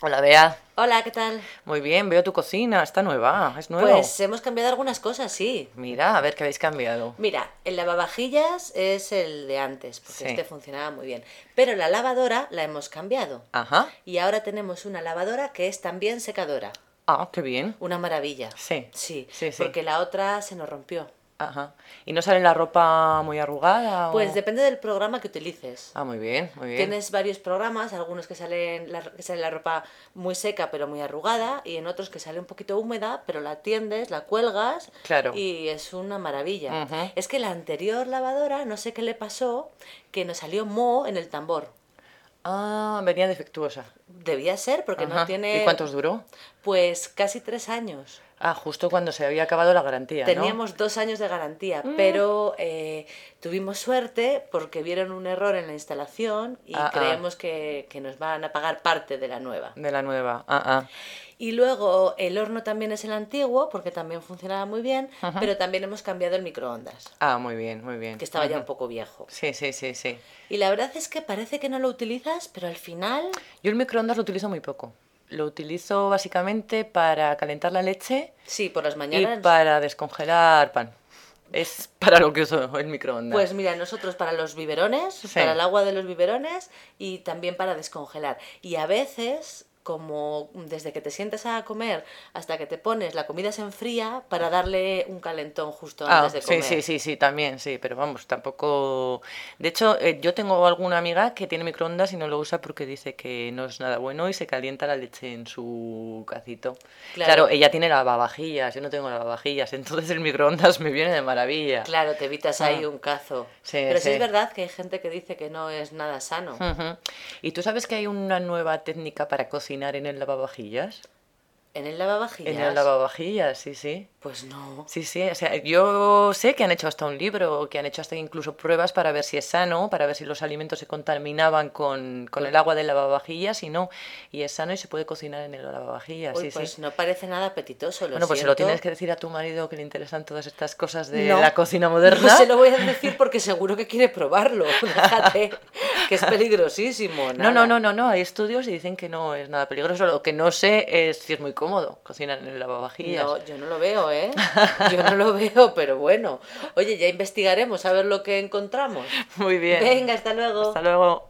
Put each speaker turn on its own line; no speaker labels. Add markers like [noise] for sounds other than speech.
Hola, Bea.
Hola, ¿qué tal?
Muy bien, veo tu cocina. Está nueva, es nueva.
Pues hemos cambiado algunas cosas, sí.
Mira, a ver qué habéis cambiado.
Mira, el lavavajillas es el de antes, porque
Sí.
este funcionaba muy bien. Pero la lavadora la hemos cambiado.
Ajá.
Y ahora tenemos una lavadora que es también secadora.
Ah, qué bien.
Una maravilla.
Sí.
Sí,
Sí, sí.
porque la otra se nos rompió.
Ajá. ¿Y no sale la ropa muy arrugada? o-
Pues depende del programa que utilices.
Ah, muy bien, muy bien.
Tienes varios programas, algunos que salen la, que sale la ropa muy seca pero muy arrugada y en otros que sale un poquito húmeda, pero la tiendes, la cuelgas
Claro.
y es una maravilla.
Ujú.
Es que la anterior lavadora, no sé qué le pasó, que nos salió moho en el tambor.
Ah, venía defectuosa.
Debía ser porque
Ajá.
no tiene
¿Y cuántos duró?
pues casi tres años.
Ah, justo cuando se había acabado la garantía, ¿no? Mm.
Teníamos dos años de garantía, pero eh, tuvimos suerte porque vieron un error en la instalación y
Ah, ah.
creemos que, que nos van a pagar parte de la nueva.
De la nueva. Ah, ah.
Y luego el horno también es el antiguo, porque también funcionaba muy bien, pero también hemos cambiado el microondas,
Ah, muy bien, muy bien.
que estaba ya
Ujú.
un poco viejo.
Sí, sí, sí, sí.
Y la verdad es que parece que no lo utilizas, pero al final...
Yo el microondas lo utilizo muy poco. Lo utilizo básicamente para calentar la leche
Sí, por las
y
mañanas...
para descongelar pan. Es para lo que uso el microondas.
Pues mira, nosotros para los biberones,
Sí.
para el agua de los biberones y también para descongelar. Y a veces, como desde que te sientas a comer hasta que te pones, la comida se enfría para darle un calentón justo
Ah,
antes de
sí,
comer.
sí, sí, sí, también, sí, pero vamos, tampoco... De hecho, eh, yo tengo alguna amiga que tiene microondas y no lo usa porque dice que no es nada bueno y se calienta la leche en su cacito. Claro,
Claro.
ella tiene lavavajillas, yo no tengo lavavajillas, entonces el microondas me viene de maravilla.
Claro, te evitas ahí un cazo.
Ah. Sí,
Pero sí.
sí. Ah.
es verdad que hay gente que dice que no es nada sano.
Ujú. ¿Y tú sabes que hay una nueva técnica para cocinar en el lavavajillas?
En el lavavajillas.
En el lavavajillas, sí, sí.
Pues no.
Sí, sí, o sea, yo sé que han hecho hasta un libro, que han hecho hasta incluso pruebas para ver si es sano, para ver si los alimentos se contaminaban con, con
Pues
el agua del lavavajillas y no, y es sano y se puede cocinar en el lavavajillas,
Uy,
sí,
pues
sí.
no parece nada apetitoso. Lo
Bueno, pues se lo
siento.
tienes que decir a tu marido que le interesan todas estas cosas de
No.
la cocina moderna.
[laughs] No se lo voy a decir porque seguro que
[laughs]
quiere probarlo. Déjate, que es peligrosísimo.
No, no,
nada.
no, no, no, hay estudios y dicen que no es nada peligroso, lo que no sé es si es muy cómodo cocinar en el lavavajillas.
No, yo no lo veo, ¿eh? Yo no lo veo, pero bueno. Oye, ya investigaremos a ver lo que encontramos.
[laughs] Muy bien.
Venga, hasta luego.
Hasta luego.